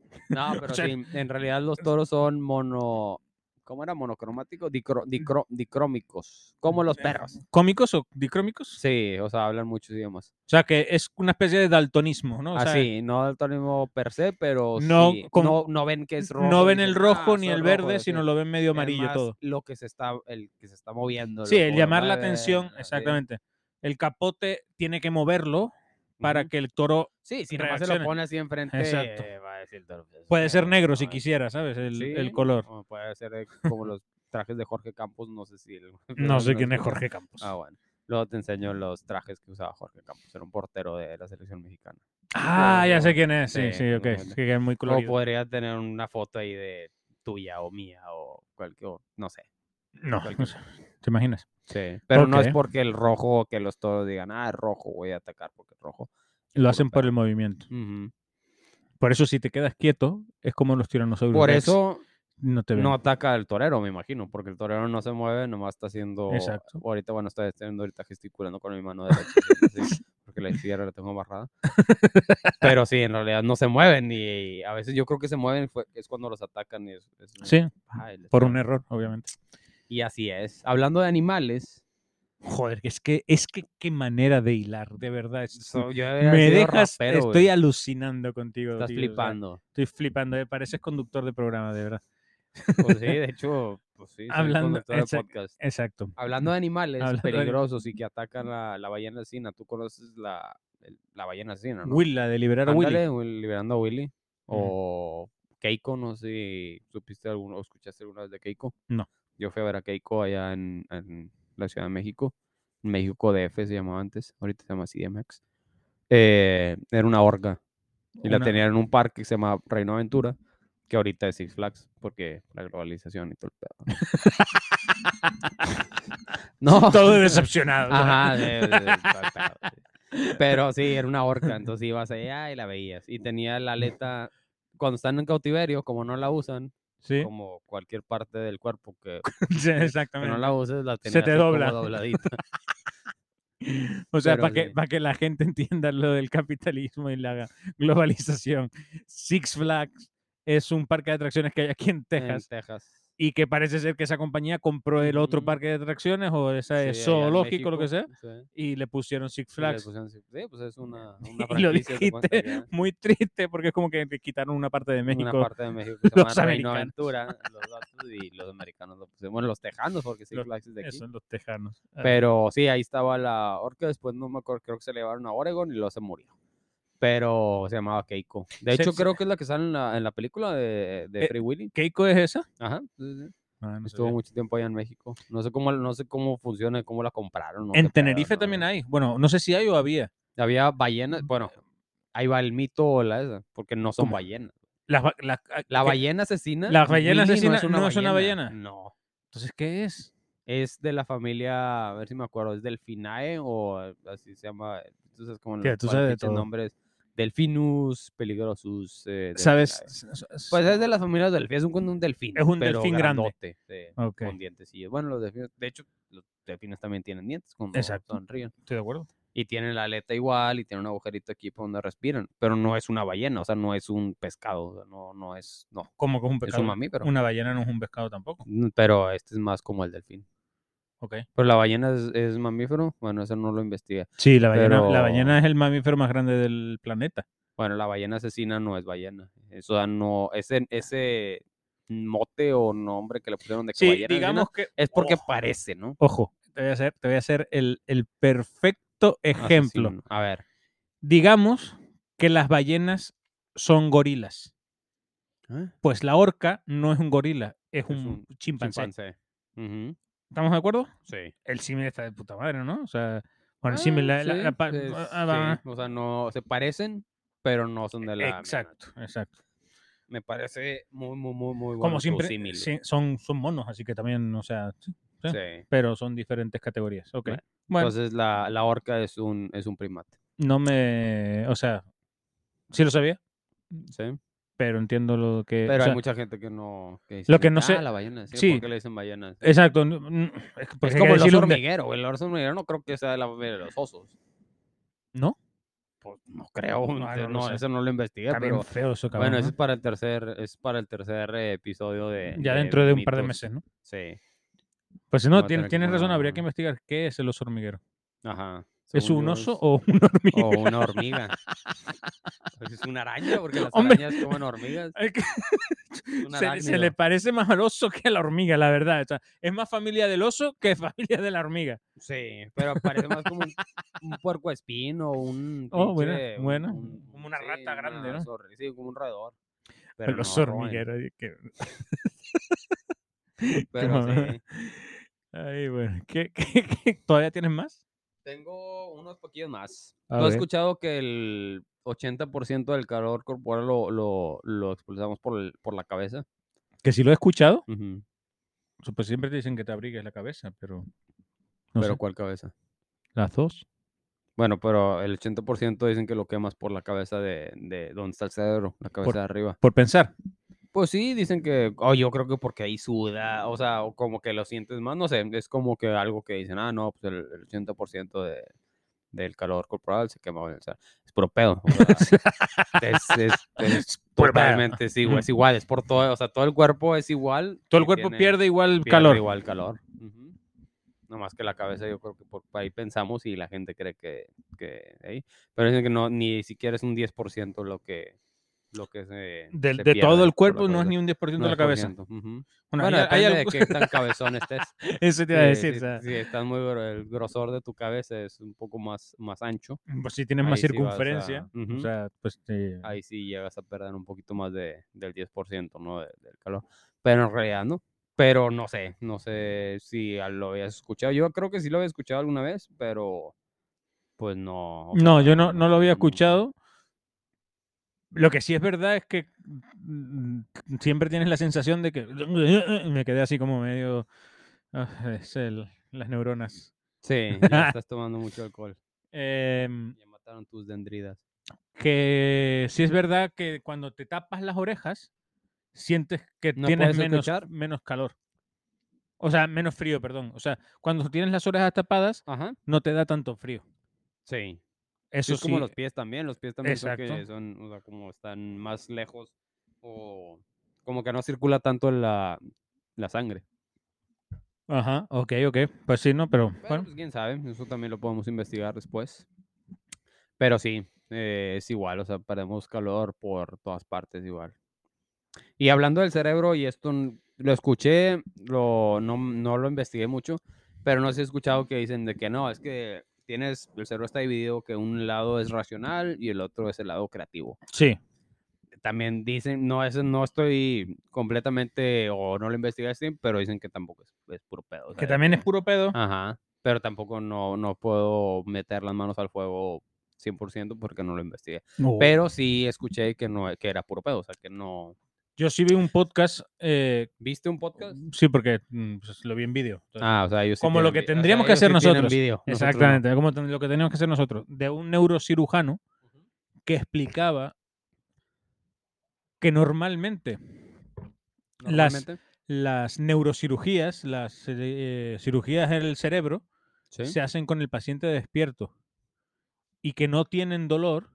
Speaker 1: No, pero
Speaker 2: sea,
Speaker 1: sí, en realidad los toros son mono... ¿Cómo era? Monocromáticos, Dicro- dicro- dicrómicos, como los
Speaker 2: Eh,
Speaker 1: perros.
Speaker 2: ¿Cómicos o dicrómicos?
Speaker 1: Sí, o sea, hablan muchos idiomas.
Speaker 2: O sea, que es una especie de daltonismo, ¿no? O sea,
Speaker 1: Así, no daltonismo per se, pero
Speaker 2: No,
Speaker 1: sí,
Speaker 2: con-
Speaker 1: no, no ven que es rojo.
Speaker 2: no ven
Speaker 1: dicen,
Speaker 2: el rojo
Speaker 1: "Ah,
Speaker 2: ni
Speaker 1: soy
Speaker 2: el
Speaker 1: rojo",
Speaker 2: verde,
Speaker 1: decían.
Speaker 2: sino lo ven medio
Speaker 1: Es
Speaker 2: amarillo
Speaker 1: más
Speaker 2: todo.
Speaker 1: Lo que se está, el que se está moviendo.
Speaker 2: Sí,
Speaker 1: lo eh,
Speaker 2: el
Speaker 1: que
Speaker 2: llamar la
Speaker 1: mueve,
Speaker 2: atención,
Speaker 1: así.
Speaker 2: exactamente. El capote tiene que moverlo para
Speaker 1: Ujú.
Speaker 2: que el toro
Speaker 1: Sí, si nomás se lo
Speaker 2: reacciona.
Speaker 1: pone así enfrente,
Speaker 2: Exacto.
Speaker 1: eh, va a decir, "Pero, pues, es
Speaker 2: puede ser negro si
Speaker 1: ¿no?
Speaker 2: quisiera, ¿sabes? El, el
Speaker 1: Sí,
Speaker 2: color.
Speaker 1: o puede ser eh, como los trajes de Jorge Campos, no sé si... alguna vez
Speaker 2: No sé
Speaker 1: alguna
Speaker 2: quién
Speaker 1: vez
Speaker 2: es
Speaker 1: escucha-
Speaker 2: Jorge Campos.
Speaker 1: Ah, bueno. Luego te enseño los trajes que usaba Jorge Campos, era un portero de la selección mexicana.
Speaker 2: Ah, ya sé
Speaker 1: pero-
Speaker 2: quién es. Sí,
Speaker 1: sí,
Speaker 2: sí, ok.
Speaker 1: exactamente.
Speaker 2: Que es muy
Speaker 1: O
Speaker 2: colorido.
Speaker 1: podría tener una foto ahí de tuya o mía o cualquier, o no sé.
Speaker 2: No,
Speaker 1: cualquier
Speaker 2: no sé. ¿Te imaginas?
Speaker 1: Sí, pero no es
Speaker 2: Ok.
Speaker 1: porque el rojo, que los todos digan, ah, es rojo, voy a atacar porque es rojo. es
Speaker 2: Lo
Speaker 1: puro
Speaker 2: hacen por el
Speaker 1: pedo.
Speaker 2: movimiento.
Speaker 1: Ujú.
Speaker 2: Por eso, si te quedas quieto, es como los tiranosaurios.
Speaker 1: Por
Speaker 2: Rex,
Speaker 1: eso
Speaker 2: no te ven.
Speaker 1: no ataca al torero, me imagino, porque el torero no se mueve, nomás está haciendo.
Speaker 2: Exacto.
Speaker 1: Ahorita, bueno, está haciendo ahorita gesticulando con mi mano derecha, haciendo así, porque la izquierda la tengo amarrada. Pero sí, en realidad no se mueven y a veces yo creo que se mueven fue- es cuando los atacan y es, es un-
Speaker 2: Sí,
Speaker 1: ah, y les
Speaker 2: por
Speaker 1: pegan.
Speaker 2: un error, obviamente.
Speaker 1: Y así es. Hablando de animales,
Speaker 2: Joder, es que es que qué manera de hilar, de verdad. es-
Speaker 1: so- yo había
Speaker 2: me
Speaker 1: sido
Speaker 2: dejas,
Speaker 1: rapero,
Speaker 2: estoy
Speaker 1: güey.
Speaker 2: alucinando contigo.
Speaker 1: Estás
Speaker 2: tío, o sea,
Speaker 1: flipando.
Speaker 2: estoy flipando, eh, pareces conductor de programa, de verdad.
Speaker 1: Pues sí, de hecho, pues sí, soy
Speaker 2: Hablando-
Speaker 1: conductor de
Speaker 2: exacto.
Speaker 1: podcast.
Speaker 2: Exacto.
Speaker 1: Hablando de animales
Speaker 2: Hablando de anim-
Speaker 1: peligrosos y que atacan la, la ballena asesina, tú conoces la, el- la ballena asesina, ¿no?
Speaker 2: Will, la de liberar a Willy.
Speaker 1: Ándale, Will- liberando a Willy.
Speaker 2: Ujú.
Speaker 1: O Keiko, no sé si supiste alguno o escuchaste alguna vez de Keiko.
Speaker 2: No.
Speaker 1: Yo fui a ver a Keiko allá en, en la Ciudad de México. en México DF se llamaba antes, ahorita se llama CDMX. Eh, era una orca y la
Speaker 2: Una-
Speaker 1: tenían en un parque que se llama Reino Aventura. que ahorita es Six Flags, porque la globalización y todo el pedo. no.
Speaker 2: Todo decepcionado.
Speaker 1: Ajá, de- de- de- todo el pedo, sí. Pero sí, era una orca, entonces ibas allá y la veías. Y tenía la aleta, cuando están en cautiverio, como no la usan,
Speaker 2: Sí,
Speaker 1: como cualquier parte del cuerpo que,
Speaker 2: sí,
Speaker 1: que no
Speaker 2: exactamente.
Speaker 1: la uses, la tenía
Speaker 2: Se te
Speaker 1: así como
Speaker 2: dobla.
Speaker 1: dobladita.
Speaker 2: O sea,
Speaker 1: pero
Speaker 2: para que,
Speaker 1: sí.
Speaker 2: pa' que la gente entienda lo del capitalismo y la globalización. Six Flags es un parque de atracciones que hay aquí en Texas.
Speaker 1: En Texas.
Speaker 2: y que parece ser que esa compañía compró el otro
Speaker 1: Ujú.
Speaker 2: parque de atracciones o esa
Speaker 1: Sí, allá
Speaker 2: es
Speaker 1: en
Speaker 2: zoológico, lo que
Speaker 1: México,
Speaker 2: sea,
Speaker 1: sí,
Speaker 2: y le pusieron Six
Speaker 1: sí, le
Speaker 2: Flags.
Speaker 1: pusieron así. Sí, pues es una, una
Speaker 2: y lo
Speaker 1: franquicia, se puede
Speaker 2: dijiste
Speaker 1: decir, ¿eh?
Speaker 2: muy triste porque es como que le quitaron una parte de México.
Speaker 1: Una parte de México que se
Speaker 2: los
Speaker 1: llama Reino
Speaker 2: americanos.
Speaker 1: Aventura, los vatos y los americanos lo pusieron. Bueno, los tejanos, porque Six
Speaker 2: Los-
Speaker 1: Flags es de aquí.
Speaker 2: Eso en los tejanos. Ah,
Speaker 1: Pero sí, ahí estaba la orca. Después no me acuerdo, creo que se la llevaron a Oregon y luego se murió. Pero se llamaba Keiko. De
Speaker 2: Se-
Speaker 1: hecho,
Speaker 2: se-
Speaker 1: creo que es la que sale en la, en la película de, de
Speaker 2: Eh,
Speaker 1: Free Willy.
Speaker 2: ¿Keiko es esa?
Speaker 1: Ajá. sí, sí.
Speaker 2: Ah, no
Speaker 1: Estuvo
Speaker 2: sabía.
Speaker 1: mucho tiempo allá en México. No sé cómo, no sé cómo funciona, cómo la compraron. no qué
Speaker 2: en
Speaker 1: pedo,
Speaker 2: Tenerife
Speaker 1: no,
Speaker 2: también
Speaker 1: no.
Speaker 2: hay. Bueno, no sé si hay o había.
Speaker 1: Había ballenas. Bueno, ahí va el mito o la esa, porque no son
Speaker 2: ¿Cómo?
Speaker 1: ballenas.
Speaker 2: Las ba- las- ah,
Speaker 1: La
Speaker 2: ¿qué?
Speaker 1: ballena asesina.
Speaker 2: La ballena
Speaker 1: Willy
Speaker 2: asesina no es una ballena.
Speaker 1: No.
Speaker 2: Entonces, ¿qué es?
Speaker 1: Es de la familia, a ver si me acuerdo, es Delfinae o eh, así se llama. Entonces, como
Speaker 2: Tía,
Speaker 1: los
Speaker 2: tú sabes de
Speaker 1: pinches
Speaker 2: todo.
Speaker 1: nombres. Delfinus, peligrosus. eh,
Speaker 2: ¿Sabes?
Speaker 1: Delfinae.
Speaker 2: S- s- s-
Speaker 1: Pues es de las familias de delfines, es un, un delfín.
Speaker 2: Es un
Speaker 1: pero
Speaker 2: delfín grande.
Speaker 1: grandote, sí,
Speaker 2: Ok,
Speaker 1: Con dientecillos. Bueno, los delfines, de hecho, los delfines también tienen dientes cuando
Speaker 2: Exacto.
Speaker 1: sonríen.
Speaker 2: estoy de acuerdo.
Speaker 1: Y tienen la aleta igual y tienen un agujerito aquí por donde respiran. Pero no es una ballena, o sea, no es un pescado, o sea, no, no es, no.
Speaker 2: Como que es
Speaker 1: Es
Speaker 2: un
Speaker 1: un
Speaker 2: pescado.
Speaker 1: mamífero.
Speaker 2: Una ballena no es Pues un pescado tampoco.
Speaker 1: Mm, Pero este es más como el delfín.
Speaker 2: Ok.
Speaker 1: Pero la ballena es, es mamífero. Bueno, eso no lo investigué.
Speaker 2: Sí, la ballena, la ballena
Speaker 1: Pero-
Speaker 2: es el mamífero más grande del planeta.
Speaker 1: Bueno, la ballena asesina no es ballena. Eso da no, ese, ese mote o nombre que le pusieron de que
Speaker 2: Sí,
Speaker 1: ballena asesina
Speaker 2: digamos Oh. que.
Speaker 1: es porque
Speaker 2: Ojo,
Speaker 1: parece, ¿no?
Speaker 2: ojo, te voy a hacer, te voy a hacer el, el perfecto ejemplo.
Speaker 1: Asesino. A ver.
Speaker 2: Digamos que las ballenas son gorilas. Pues la orca no es un gorila, es,
Speaker 1: Es
Speaker 2: un, chimpancé.
Speaker 1: Chimpancé. Ujú,
Speaker 2: ¿Estamos de acuerdo?
Speaker 1: Sí.
Speaker 2: El símil está de puta madre, ¿no? O sea, bueno, el
Speaker 1: Ah,
Speaker 2: símil. la- la-
Speaker 1: sí,
Speaker 2: la pa-
Speaker 1: es-
Speaker 2: ah, ah,
Speaker 1: sí, O sea, no se parecen, pero no son de la. misma
Speaker 2: Exacto, exacto.
Speaker 1: naturaleza. Me parece muy, muy, muy, muy bueno.
Speaker 2: Como
Speaker 1: tu
Speaker 2: siempre,
Speaker 1: símil.
Speaker 2: sí, son, son monos, así que también, o sea, sí, sí.
Speaker 1: Sí.
Speaker 2: pero son diferentes categorías. Ok.
Speaker 1: Bueno,
Speaker 2: Bueno,
Speaker 1: Entonces la, la orca es un, es un primate.
Speaker 2: no me. O sea, sí lo sabía,
Speaker 1: Sí.
Speaker 2: pero entiendo lo que. Eh, o
Speaker 1: Pero hay
Speaker 2: sea,
Speaker 1: mucha gente que no. Que
Speaker 2: lo
Speaker 1: de
Speaker 2: que no
Speaker 1: "Ah,
Speaker 2: sé-
Speaker 1: la ballena. Sí,
Speaker 2: sí.
Speaker 1: ¿Por qué le dicen ballena? Sí.
Speaker 2: Exacto. n- n- Es, que-
Speaker 1: Es
Speaker 2: porque hay que
Speaker 1: como el oso
Speaker 2: decirle un de-
Speaker 1: hormiguero. güey, El oso hormiguero no creo que sea de la familia de los osos.
Speaker 2: ¿no,
Speaker 1: Pues, no creo.
Speaker 2: No,
Speaker 1: No,
Speaker 2: no lo sé.
Speaker 1: eso no lo investigué.
Speaker 2: está bien
Speaker 1: Pero
Speaker 2: feo eso, cabrón.
Speaker 1: bueno, eso
Speaker 2: ¿no?
Speaker 1: es para el tercer, es para el tercer eh, episodio de.
Speaker 2: ya dentro de un par de
Speaker 1: mitos.
Speaker 2: meses, ¿no?
Speaker 1: Sí.
Speaker 2: Pues si
Speaker 1: Vamos
Speaker 2: no,
Speaker 1: a
Speaker 2: tien-
Speaker 1: tener que
Speaker 2: tienes razón, habría
Speaker 1: ponerlo.
Speaker 2: que investigar qué es el oso hormiguero.
Speaker 1: Ajá.
Speaker 2: ¿Es
Speaker 1: según
Speaker 2: un
Speaker 1: yo
Speaker 2: oso
Speaker 1: es-
Speaker 2: o un hormiga?
Speaker 1: o una hormiga? Pues, es una araña, porque las
Speaker 2: Hombre.
Speaker 1: arañas comen hormigas.
Speaker 2: Ay, que
Speaker 1: es un
Speaker 2: se, le- se le
Speaker 1: arácnido.
Speaker 2: parece más al oso que a la hormiga, la verdad. O sea, es más familia del oso que familia de la hormiga.
Speaker 1: Sí, pero parece más como un, un puerco espino, un.
Speaker 2: Oh, buena,
Speaker 1: pinche-
Speaker 2: buena. Como una rata
Speaker 1: una
Speaker 2: grande, ¿no?
Speaker 1: zorri- sí, como un roedor.
Speaker 2: Pero
Speaker 1: no,
Speaker 2: eh. el oso
Speaker 1: roen,
Speaker 2: hormiguero. ay, que-
Speaker 1: Pero
Speaker 2: mamada.
Speaker 1: sí.
Speaker 2: Ay, bueno. ¿qué- qué- qué? todavía tienes más?
Speaker 1: Tengo unos poquillos más.
Speaker 2: A
Speaker 1: ¿No
Speaker 2: ver.
Speaker 1: he escuchado que el 80% del calor corporal lo, lo, lo expulsamos por, el- por la cabeza?
Speaker 2: Que si lo he escuchado,
Speaker 1: Ujú.
Speaker 2: pues siempre te dicen que te abrigues la cabeza, pero. No
Speaker 1: ¿Pero
Speaker 2: sé,
Speaker 1: cuál cabeza?
Speaker 2: las dos.
Speaker 1: Bueno, pero el 80% dicen que lo quemas por la cabeza de, de donde está el cerebro, la cabeza de arriba.
Speaker 2: Por pensar.
Speaker 1: Pues sí, dicen que, oh, yo creo que porque ahí suda, o sea, o como que lo sientes más, no sé, es como que algo que dicen, ah, no, pues el, el 80% de, del calor corporal se quema, o sea, es puro pedo. o sea, es, es- es
Speaker 2: puro pedo.
Speaker 1: totalmente, sí, güey, es igual, es por todo, o sea, todo el cuerpo es igual.
Speaker 2: Todo el
Speaker 1: y
Speaker 2: cuerpo
Speaker 1: tiene-
Speaker 2: pierde igual
Speaker 1: pierde
Speaker 2: calor.
Speaker 1: Igual calor. ujú. Nomás que la cabeza, yo creo que por ahí pensamos y la gente cree que. que ahí. Pero dicen que no, ni siquiera es un 10% lo que. Lo que se,
Speaker 2: Del-
Speaker 1: se
Speaker 2: de todo
Speaker 1: pierde
Speaker 2: el
Speaker 1: por la
Speaker 2: cuerpo no es
Speaker 1: cabeza.
Speaker 2: ni un 10% de la
Speaker 1: 9%,
Speaker 2: cabeza.
Speaker 1: ujú.
Speaker 2: Bueno,
Speaker 1: Bueno,
Speaker 2: hay- hay
Speaker 1: depende de
Speaker 2: algo-
Speaker 1: qué tan cabezón estés.
Speaker 2: Eso te iba a
Speaker 1: Sí,
Speaker 2: decir.
Speaker 1: sí,
Speaker 2: o sea,
Speaker 1: sí, estás muy gro- el grosor de tu cabeza es un poco más, más ancho.
Speaker 2: pues si tienes más
Speaker 1: ahí sí vas a-
Speaker 2: circunferencia, o
Speaker 1: ujú.
Speaker 2: sea, pues te-
Speaker 1: Ahí sí llegas a perder un poquito más de, del 10%, ¿no? de- del calor. Pero en realidad, ¿no? Pero no sé, no sé si a- lo habías escuchado. Yo creo que sí lo había escuchado alguna vez, pero pues no. o
Speaker 2: No,
Speaker 1: sea,
Speaker 2: yo no, no lo había
Speaker 1: sé, nunca.
Speaker 2: escuchado. Lo que sí es verdad es que mm, siempre tienes la sensación de que y me quedé así como medio... ah, es el- las neuronas.
Speaker 1: Sí, ya estás tomando mucho alcohol.
Speaker 2: Em,
Speaker 1: Ya mataron tus dendridas.
Speaker 2: que sí es verdad que cuando te tapas las orejas, sientes que
Speaker 1: No
Speaker 2: tienes
Speaker 1: puedes
Speaker 2: menos,
Speaker 1: escuchar.
Speaker 2: menos calor. O sea, menos frío, perdón. O sea, cuando tienes las orejas tapadas,
Speaker 1: Ajá.
Speaker 2: no te da tanto frío.
Speaker 1: Sí. Sí,
Speaker 2: Eso
Speaker 1: es como
Speaker 2: sí,
Speaker 1: los pies también, los pies también son que
Speaker 2: Exacto.
Speaker 1: son, o sea, como están más lejos o como que no circula tanto la, la sangre.
Speaker 2: Ajá, ok, ok. Pues sí, no, pero
Speaker 1: Pero,
Speaker 2: bueno.
Speaker 1: pues, quién sabe, eso también lo podemos investigar después. Pero sí, eh, es igual, o sea, perdemos calor por todas partes igual. Y hablando del cerebro, y esto n- lo escuché, lo, no, no lo investigué mucho, pero no sé si he escuchado que dicen de que no, es que tienes, el cerebro está dividido, que un lado es racional y el otro es el lado creativo
Speaker 2: Sí,
Speaker 1: también dicen, no, eso no estoy completamente, o no lo investigué así, pero dicen que tampoco es, es puro pedo. o
Speaker 2: que
Speaker 1: sea,
Speaker 2: también es puro pedo.
Speaker 1: Ajá, pero tampoco no, no puedo meter las manos al fuego 100% porque no lo investigué.
Speaker 2: No.
Speaker 1: Pero sí escuché que no que era puro pedo, o sea, que no...
Speaker 2: Yo sí vi un podcast, eh,
Speaker 1: ¿Viste un podcast?
Speaker 2: sí, porque mm, pues, lo vi en vídeo. entonces-
Speaker 1: Ah, o sea, ellos sí
Speaker 2: Como lo
Speaker 1: tienen
Speaker 2: que
Speaker 1: vi- o sea,
Speaker 2: tendríamos que
Speaker 1: ellos sí
Speaker 2: hacer
Speaker 1: tienen
Speaker 2: nosotros.
Speaker 1: video, nosotros no.
Speaker 2: Exactamente, como ten- lo que tenemos que hacer nosotros, de un neurocirujano que explicaba que normalmente Las-
Speaker 1: Normalmente,
Speaker 2: las neurocirugías, las eh, cirugías en el cerebro,
Speaker 1: sí.
Speaker 2: se hacen con el paciente despierto y que no tienen dolor.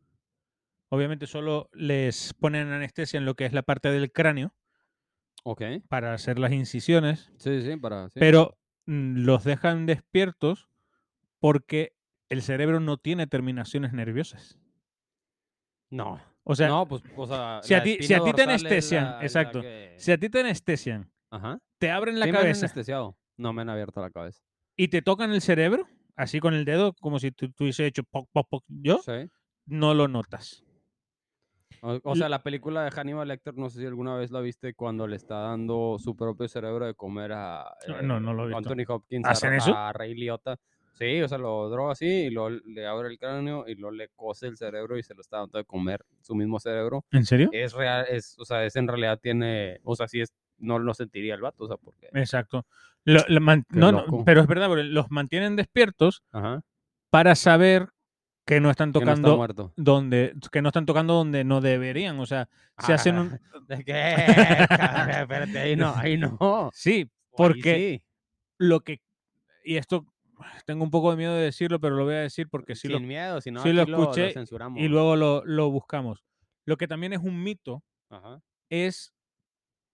Speaker 2: Obviamente solo les ponen anestesia en lo que es la parte del cráneo
Speaker 1: Ok,
Speaker 2: para hacer las incisiones,
Speaker 1: sí, sí, para... sí.
Speaker 2: pero mm, los dejan despiertos porque el cerebro no tiene terminaciones nerviosas.
Speaker 1: No,
Speaker 2: O sea,
Speaker 1: no, pues, o sea...
Speaker 2: si a
Speaker 1: la
Speaker 2: ti- si
Speaker 1: espina
Speaker 2: a ti te
Speaker 1: dorsal es
Speaker 2: anestesian,
Speaker 1: la- la
Speaker 2: exacto,
Speaker 1: que-
Speaker 2: si a ti te anestesian,
Speaker 1: Ajá.
Speaker 2: te abren la
Speaker 1: Sí me han
Speaker 2: cabeza
Speaker 1: anestesiado. No me han abierto la cabeza.
Speaker 2: y te tocan el cerebro, así con el dedo, como si tú tú hubiese hecho poc, poc, poc, yo
Speaker 1: Sí.
Speaker 2: no lo notas.
Speaker 1: O, o sea, la película de Hannibal Lecter, no sé si alguna vez la viste cuando le está dando su propio cerebro de comer a eh,
Speaker 2: No, no, no lo he visto.
Speaker 1: Anthony Hopkins, a,
Speaker 2: ¿Hacen
Speaker 1: Ra-
Speaker 2: eso?
Speaker 1: a Ray Liotta. Sí, o sea, lo droga así y luego le abre el cráneo y luego le cose el cerebro y se lo está dando de comer su mismo cerebro.
Speaker 2: ¿En serio?
Speaker 1: Es real, es, o sea, es en realidad tiene, o sea, sí es, no lo sentiría el vato, o sea, porque.
Speaker 2: Exacto. Lo- lo man-
Speaker 1: Qué
Speaker 2: no, no,
Speaker 1: loco.
Speaker 2: pero es verdad, porque los mantienen despiertos
Speaker 1: Ajá.
Speaker 2: para saber que no están
Speaker 1: que no está
Speaker 2: tocando
Speaker 1: muerto.
Speaker 2: donde que no están tocando donde no deberían, o sea, se hacen un
Speaker 1: ¿De qué? Espérate, ahí no, ahí no. O
Speaker 2: sí,
Speaker 1: ahí
Speaker 2: Porque-
Speaker 1: sí.
Speaker 2: lo que y esto tengo un poco de miedo de decirlo, pero lo voy a decir porque sí lo
Speaker 1: Sin miedo, si no,
Speaker 2: sí lo
Speaker 1: aquí
Speaker 2: escuché y
Speaker 1: censuramos.
Speaker 2: y luego lo, lo buscamos. Lo que también es un mito
Speaker 1: Ajá.
Speaker 2: es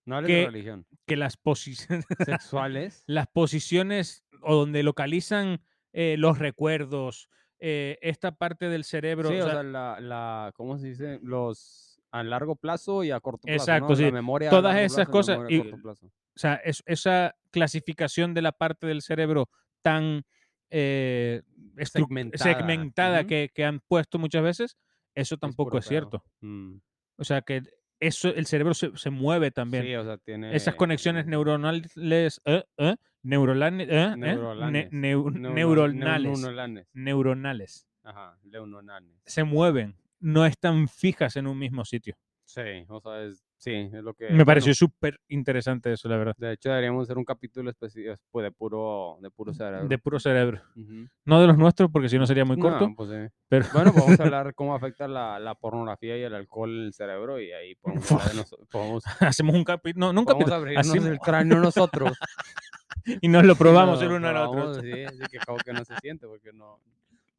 Speaker 1: No hables
Speaker 2: que-
Speaker 1: de religión.
Speaker 2: que las, posi-
Speaker 1: Sexuales.
Speaker 2: las posiciones o donde localizan eh, los recuerdos, eh, esta parte del cerebro,
Speaker 1: sí,
Speaker 2: o sea,
Speaker 1: la, la, ¿cómo se dice? Los a largo plazo y a corto plazo.
Speaker 2: Exacto,
Speaker 1: ¿no?
Speaker 2: sí.
Speaker 1: La memoria a
Speaker 2: Todas
Speaker 1: largo
Speaker 2: esas
Speaker 1: plazo, la
Speaker 2: cosas
Speaker 1: memoria a
Speaker 2: y-
Speaker 1: corto plazo.
Speaker 2: o sea, es- esa clasificación de la parte del cerebro tan eh, estru-
Speaker 1: Segmentada,
Speaker 2: segmentada
Speaker 1: ujú.
Speaker 2: que, que han puesto muchas veces, eso tampoco
Speaker 1: puro
Speaker 2: es,
Speaker 1: pedo.
Speaker 2: cierto.
Speaker 1: Mm,
Speaker 2: O sea, que eso, el cerebro se, se mueve también.
Speaker 1: Sí, o sea, tiene.
Speaker 2: Esas conexiones neuronales, eh, eh, neurolane- eh, eh, ne-
Speaker 1: Neurolanes.
Speaker 2: neu-
Speaker 1: neuno-
Speaker 2: neuronales,
Speaker 1: Neuronales.
Speaker 2: neuronales,
Speaker 1: Ajá, neuronales.
Speaker 2: se mueven, no están fijas en un mismo sitio.
Speaker 1: Sí, o sea, es, sí, es lo que.
Speaker 2: Me pareció
Speaker 1: bueno,
Speaker 2: súper interesante eso, la verdad.
Speaker 1: de hecho, deberíamos hacer un capítulo específico pues, de puro, de puro cerebro.
Speaker 2: Mm, De puro cerebro.
Speaker 1: Ujú.
Speaker 2: No de los nuestros, porque si no sería muy
Speaker 1: No,
Speaker 2: corto.
Speaker 1: pues, sí.
Speaker 2: Pero
Speaker 1: Bueno, pues vamos a hablar cómo afecta la, la pornografía y el alcohol en el cerebro y ahí podemos, hablar de noso- podemos
Speaker 2: hacemos un capítulo. No, no un
Speaker 1: Vamos a
Speaker 2: capítulo.
Speaker 1: abrirnos
Speaker 2: hacemos-
Speaker 1: el cráneo nosotros.
Speaker 2: Y nos lo probamos
Speaker 1: Nos
Speaker 2: el uno al otro.
Speaker 1: probamos, Sí, así que como que no se siente porque no,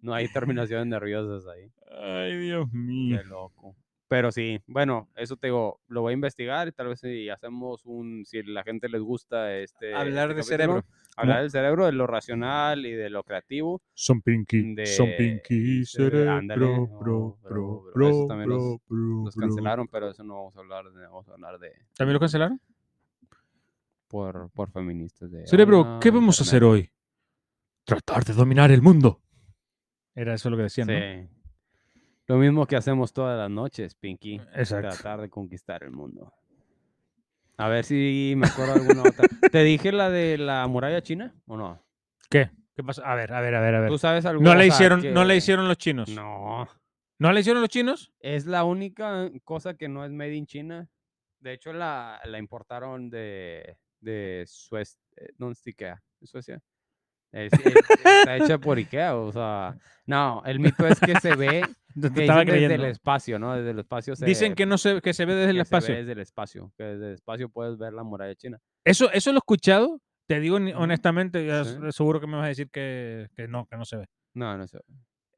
Speaker 1: no hay terminaciones nerviosas ahí.
Speaker 2: Ay, Dios mío.
Speaker 1: Qué loco. Pero sí, bueno, eso te digo, lo voy a investigar y tal vez si hacemos un, si la gente les gusta este...
Speaker 2: Hablar de
Speaker 1: este
Speaker 2: cerebro.
Speaker 1: capítulo, Hablar del cerebro, de lo racional y de lo creativo.
Speaker 2: Son Pinky. Son
Speaker 1: de-
Speaker 2: Pinky.
Speaker 1: de- ándale,
Speaker 2: Cerebro.
Speaker 1: no,
Speaker 2: Bro,
Speaker 1: bro,
Speaker 2: bro,
Speaker 1: bro,
Speaker 2: bro,
Speaker 1: esos también los-
Speaker 2: bro, bro,
Speaker 1: Los
Speaker 2: bro.
Speaker 1: cancelaron, pero eso no vamos a hablar de, vamos a hablar de,
Speaker 2: ¿También lo cancelaron?
Speaker 1: por, por feministas. De,
Speaker 2: Eh, Cerebro, ¿qué
Speaker 1: "Hola,
Speaker 2: vamos a
Speaker 1: internet".
Speaker 2: hacer hoy? Tratar de dominar el mundo. Era eso lo que decían, ¿no?
Speaker 1: Sí. Lo mismo que hacemos todas las noches, Pinky.
Speaker 2: Exacto.
Speaker 1: Tratar de conquistar el mundo. A ver si me acuerdo de alguna otra. ¿Te dije la de la muralla china o no?
Speaker 2: ¿Qué? ¿Qué pasa? A ver, a ver, a ver, a ver.
Speaker 1: ¿Tú sabes alguna?
Speaker 2: No
Speaker 1: o
Speaker 2: la
Speaker 1: sea,
Speaker 2: hicieron, no la
Speaker 1: que-
Speaker 2: hicieron los chinos.
Speaker 1: No.
Speaker 2: ¿No la hicieron los chinos?
Speaker 1: Es la única cosa que no es made in China. De hecho, la, la importaron de, de Suez- eh, no, es Ikea, de Suecia. Es- es- está hecha por Ikea, o sea. No, el mito es que se ve
Speaker 2: No
Speaker 1: que
Speaker 2: te estaba
Speaker 1: dicen desde el
Speaker 2: creyendo.
Speaker 1: espacio, ¿no? Desde el espacio se
Speaker 2: Dicen que no se, que se ve desde el
Speaker 1: eh, que se ve
Speaker 2: espacio.
Speaker 1: desde el espacio, que desde el espacio puedes ver la muralla china.
Speaker 2: Eso, eso lo he escuchado. Te digo ni-
Speaker 1: Ujú.
Speaker 2: honestamente, ya
Speaker 1: Sí.
Speaker 2: s- seguro que me vas a decir que, que no, que no se ve.
Speaker 1: No, no sé.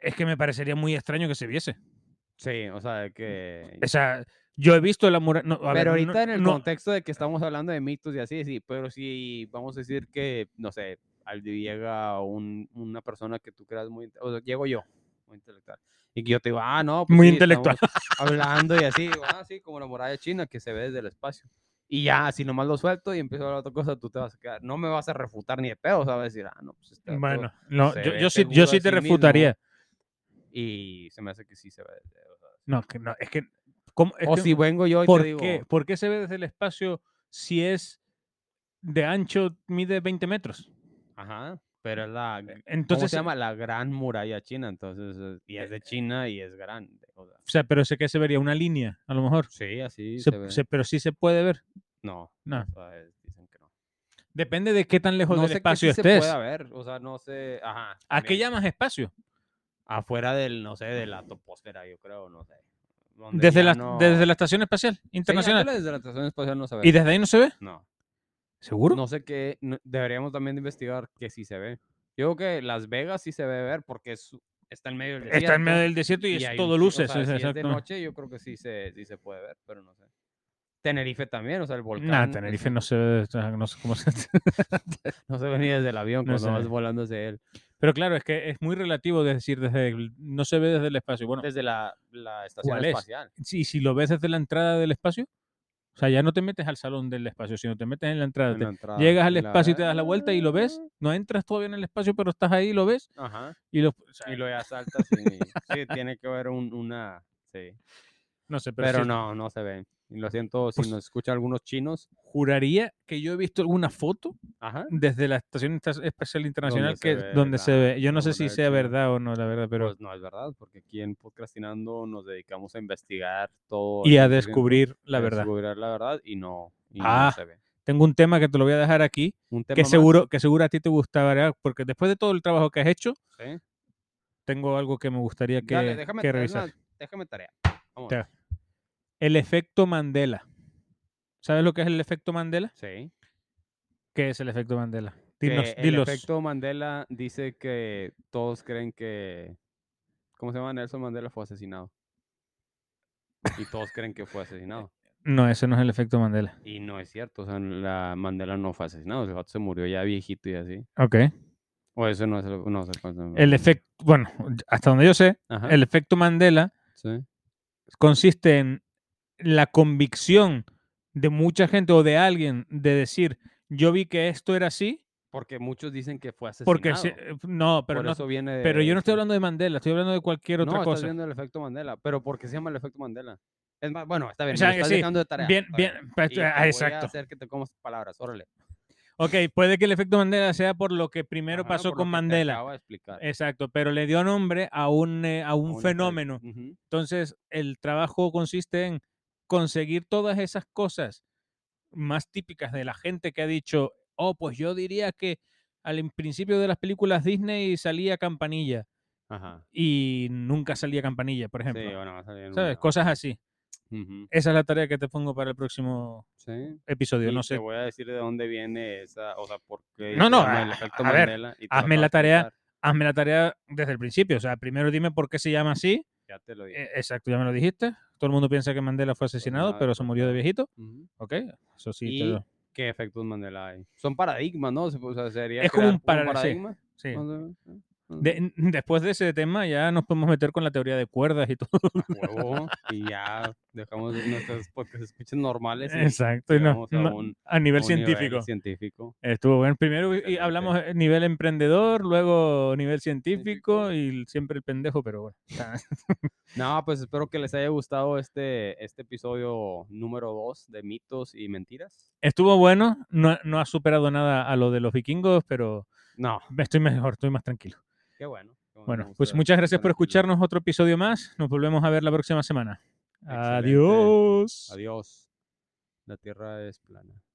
Speaker 2: Es que me parecería muy extraño que se viese.
Speaker 1: Sí, o sea,
Speaker 2: Mm.
Speaker 1: de que
Speaker 2: O sea, yo he visto la muralla.
Speaker 1: Pero ahorita en el
Speaker 2: contexto
Speaker 1: contexto de que estamos hablando de mitos y así, sí, pero si vamos a decir que, no sé, al- llega un- una persona que tú creas muy, inte- o sea, llego yo, muy intelectual, y que yo te digo, ah, no,
Speaker 2: Muy
Speaker 1: sí,
Speaker 2: intelectual.
Speaker 1: estamos Hablando y así, digo, ah, sí, como la muralla china que se ve desde el espacio. Y ya, si nomás lo suelto y empiezo a hablar otra cosa, tú te vas a quedar, no me vas a refutar ni de pedo, o sea, vas a decir, ah, no, pues este vato",
Speaker 2: Bueno, no,
Speaker 1: se
Speaker 2: yo,
Speaker 1: ve
Speaker 2: yo sí,
Speaker 1: seguro
Speaker 2: yo
Speaker 1: de
Speaker 2: sí te
Speaker 1: sí mismo.
Speaker 2: refutaría.
Speaker 1: Y se me hace que sí se ve. desde- o sea,
Speaker 2: No, que no, es que. ¿cómo- es
Speaker 1: o
Speaker 2: que-
Speaker 1: si vengo yo y
Speaker 2: ¿por,
Speaker 1: te digo,
Speaker 2: qué? ¿Por qué se ve desde el espacio si es de ancho, mide 20 metros?
Speaker 1: ajá, pero es la ¿Cómo
Speaker 2: Entonces, eh
Speaker 1: se llama? La Gran Muralla China, entonces, eh, y es de China y es grande. o sea,
Speaker 2: O sea, pero sé que se vería una línea, a lo mejor.
Speaker 1: sí, así
Speaker 2: Se-
Speaker 1: se ve.
Speaker 2: se- pero sí se puede ver.
Speaker 1: No,
Speaker 2: No.
Speaker 1: o sea, es- dicen que no.
Speaker 2: Depende de qué tan lejos
Speaker 1: No
Speaker 2: del
Speaker 1: sé
Speaker 2: espacio
Speaker 1: qué sí se
Speaker 2: estés.
Speaker 1: pueda ver, o sea, no sé, ajá.
Speaker 2: ¿A qué
Speaker 1: también,
Speaker 2: llamas espacio?
Speaker 1: Afuera del, no sé, de la toposfera, yo creo, no sé. donde
Speaker 2: Desde
Speaker 1: ya
Speaker 2: la,
Speaker 1: no-
Speaker 2: desde la Estación Espacial
Speaker 1: Sí,
Speaker 2: Internacional.
Speaker 1: ándale, desde la estación espacial no se ve.
Speaker 2: ¿Y desde ahí no se ve?
Speaker 1: No,
Speaker 2: ¿Seguro?
Speaker 1: no sé qué, no- deberíamos también de investigar que sí se ve. Yo creo que Las Vegas sí se ve ver porque es- está en medio del
Speaker 2: Está en medio
Speaker 1: desierto.
Speaker 2: del desierto y, es
Speaker 1: hay un
Speaker 2: todo
Speaker 1: chi- o
Speaker 2: luces.
Speaker 1: sea,
Speaker 2: es-
Speaker 1: si es de
Speaker 2: exacto.
Speaker 1: noche, yo creo que sí se, sí se puede ver, pero no sé. Tenerife también, o sea, el volcán.
Speaker 2: Nah,
Speaker 1: o
Speaker 2: Tenerife
Speaker 1: sea,
Speaker 2: no se ve, no sé cómo se...
Speaker 1: No se ve ni desde el avión
Speaker 2: No
Speaker 1: cuando
Speaker 2: se
Speaker 1: vas
Speaker 2: ve.
Speaker 1: volando desde él.
Speaker 2: Pero claro, es que es muy relativo de decir desde el- no se ve desde el espacio. Bueno,
Speaker 1: Desde la, la estación
Speaker 2: ¿Cuál es?
Speaker 1: espacial.
Speaker 2: si, si lo ves desde la entrada del espacio, o sea, ya no te metes al salón del espacio, sino te metes en la entrada.
Speaker 1: en
Speaker 2: te-
Speaker 1: la entrada.
Speaker 2: llegas al
Speaker 1: Y la
Speaker 2: espacio y
Speaker 1: verdad,
Speaker 2: te das la vuelta y lo ves. No entras todavía en el espacio, pero estás ahí y lo ves.
Speaker 1: Ajá.
Speaker 2: Y lo, o sea,
Speaker 1: Y luego ya saltas. Y, sí, tiene que haber un- una. Sí.
Speaker 2: no sé, pero,
Speaker 1: Pero,
Speaker 2: sí-
Speaker 1: no, no se ve. Y lo siento si
Speaker 2: Pues-
Speaker 1: nos escuchan algunos chinos.
Speaker 2: juraría que yo he visto alguna foto
Speaker 1: Ajá.
Speaker 2: desde la Estación Inter- Espacial Internacional
Speaker 1: se
Speaker 2: que
Speaker 1: ve
Speaker 2: donde se
Speaker 1: la-
Speaker 2: ve. Yo no
Speaker 1: la
Speaker 2: sé si
Speaker 1: muralla
Speaker 2: sea
Speaker 1: china.
Speaker 2: verdad o no, la verdad, pero...
Speaker 1: Pues no es verdad, porque aquí en Podcastinando nos dedicamos a investigar todo.
Speaker 2: y
Speaker 1: el
Speaker 2: a
Speaker 1: conocimiento,
Speaker 2: descubrir la
Speaker 1: a
Speaker 2: verdad.
Speaker 1: Descubrir la verdad y no, y no
Speaker 2: Ah,
Speaker 1: se ve.
Speaker 2: Tengo un tema que te lo voy a dejar aquí,
Speaker 1: Un
Speaker 2: que
Speaker 1: tema más,
Speaker 2: seguro, que seguro a ti te gustará, porque después de todo el trabajo que has hecho,
Speaker 1: ¿sí?
Speaker 2: tengo algo que me gustaría que,
Speaker 1: Dale, déjame,
Speaker 2: que
Speaker 1: tarea, es
Speaker 2: revisar.
Speaker 1: una- déjame tarea. Vamos.
Speaker 2: Te- El efecto Mandela. ¿Sabes lo que es el efecto Mandela?
Speaker 1: Sí.
Speaker 2: ¿Qué es el efecto Mandela?
Speaker 1: que
Speaker 2: Dinos,
Speaker 1: el
Speaker 2: dilos.
Speaker 1: efecto Mandela dice que todos creen que. ¿Cómo se llama? Nelson Mandela fue asesinado. Y todos creen que fue asesinado.
Speaker 2: No, ese no es el efecto Mandela.
Speaker 1: Y no es cierto. O sea, la Mandela no fue asesinado. El vato se murió ya viejito y así.
Speaker 2: Ok.
Speaker 1: O eso no es. lo- No sé cuánto-
Speaker 2: El efecto, bueno, hasta donde yo sé,
Speaker 1: Ajá,
Speaker 2: el efecto Mandela
Speaker 1: sí.
Speaker 2: consiste en la convicción de mucha gente o de alguien de decir, yo vi que esto era así,
Speaker 1: Porque muchos dicen que fue asesinado.
Speaker 2: porque sí- no, pero
Speaker 1: Por
Speaker 2: no,
Speaker 1: eso viene.
Speaker 2: Pero yo no estoy
Speaker 1: de-
Speaker 2: hablando de Mandela, estoy hablando de cualquier otra
Speaker 1: no,
Speaker 2: cosa.
Speaker 1: estás viendo el efecto Mandela. Pero ¿por qué se llama el efecto Mandela? Es más, bueno, está bien. me
Speaker 2: sea,
Speaker 1: lo
Speaker 2: que
Speaker 1: estás
Speaker 2: sí,
Speaker 1: dejando de tarea.
Speaker 2: bien,
Speaker 1: está
Speaker 2: bien, pa-
Speaker 1: Y te
Speaker 2: ah,
Speaker 1: voy a
Speaker 2: exacto.
Speaker 1: hacer que te comas palabras, órale.
Speaker 2: Ok, puede que el efecto Mandela sea por lo que primero
Speaker 1: Ajá,
Speaker 2: pasó
Speaker 1: por lo
Speaker 2: con
Speaker 1: que te
Speaker 2: Mandela.
Speaker 1: acabo de explicar.
Speaker 2: Exacto, pero le dio nombre a un, eh, a un
Speaker 1: Aún está-
Speaker 2: fenómeno.
Speaker 1: Ujú.
Speaker 2: Entonces, el trabajo consiste en conseguir todas esas cosas más típicas de la gente que ha dicho, oh, pues yo diría que al in- principio de las películas Disney salía campanilla
Speaker 1: Ajá.
Speaker 2: y nunca salía campanilla, por
Speaker 1: Sí,
Speaker 2: ejemplo.
Speaker 1: bueno, va a salir en
Speaker 2: ¿Sabes?
Speaker 1: una-
Speaker 2: Cosas así.
Speaker 1: Ujú,
Speaker 2: Esa es la tarea que te pongo para el próximo
Speaker 1: Sí.
Speaker 2: episodio.
Speaker 1: Y
Speaker 2: no sé
Speaker 1: Te voy a decir de dónde viene esa, o sea, por qué.
Speaker 2: No,
Speaker 1: se
Speaker 2: no,
Speaker 1: llama el
Speaker 2: a-
Speaker 1: efecto
Speaker 2: a ver,
Speaker 1: Mandela y te lo
Speaker 2: hazme
Speaker 1: acabas
Speaker 2: la
Speaker 1: de
Speaker 2: tarea.
Speaker 1: explicar,
Speaker 2: hazme la tarea desde el principio. O sea, primero dime por qué se llama así.
Speaker 1: Ya te lo dije.
Speaker 2: Eh, Exacto, ya me lo dijiste. Todo el mundo piensa que Mandela fue asesinado,
Speaker 1: nada,
Speaker 2: pero se
Speaker 1: pues
Speaker 2: murió de
Speaker 1: nada.
Speaker 2: viejito.
Speaker 1: Ujú.
Speaker 2: Ok, eso sí. te
Speaker 1: ¿Y
Speaker 2: lo-
Speaker 1: qué efectos Mandela hay? Son paradigmas, ¿no? O sea, sería
Speaker 2: Es como
Speaker 1: crear
Speaker 2: un para- sí, sí.
Speaker 1: No sé, ¿eh? No
Speaker 2: De-
Speaker 1: sé.
Speaker 2: n- después de ese tema ya nos podemos meter con la teoría de cuerdas y todo.
Speaker 1: A huevo, y ya dejamos nuestros podcasts escuchas normales. y
Speaker 2: Exacto, y no-
Speaker 1: llegamos
Speaker 2: no-
Speaker 1: a un,
Speaker 2: a nivel
Speaker 1: a un nivel
Speaker 2: científico.
Speaker 1: científico.
Speaker 2: Estuvo bueno. Primero y- y
Speaker 1: Excelente.
Speaker 2: hablamos eh, nivel emprendedor, luego nivel científico
Speaker 1: Científico.
Speaker 2: y siempre el pendejo, pero bueno. está-
Speaker 1: No, pues espero que les haya gustado este, este episodio número 2 de mitos y mentiras.
Speaker 2: Estuvo bueno, no, no ha superado nada a lo de los vikingos, pero
Speaker 1: No,
Speaker 2: estoy mejor, estoy más tranquilo.
Speaker 1: qué bueno. qué bueno.
Speaker 2: Bueno,
Speaker 1: Vamos
Speaker 2: pues
Speaker 1: a
Speaker 2: muchas gracias
Speaker 1: darle
Speaker 2: por
Speaker 1: play.
Speaker 2: escucharnos otro episodio más. Nos volvemos a ver la próxima semana.
Speaker 1: Excelente.
Speaker 2: Adiós.
Speaker 1: Adiós. La tierra es plana.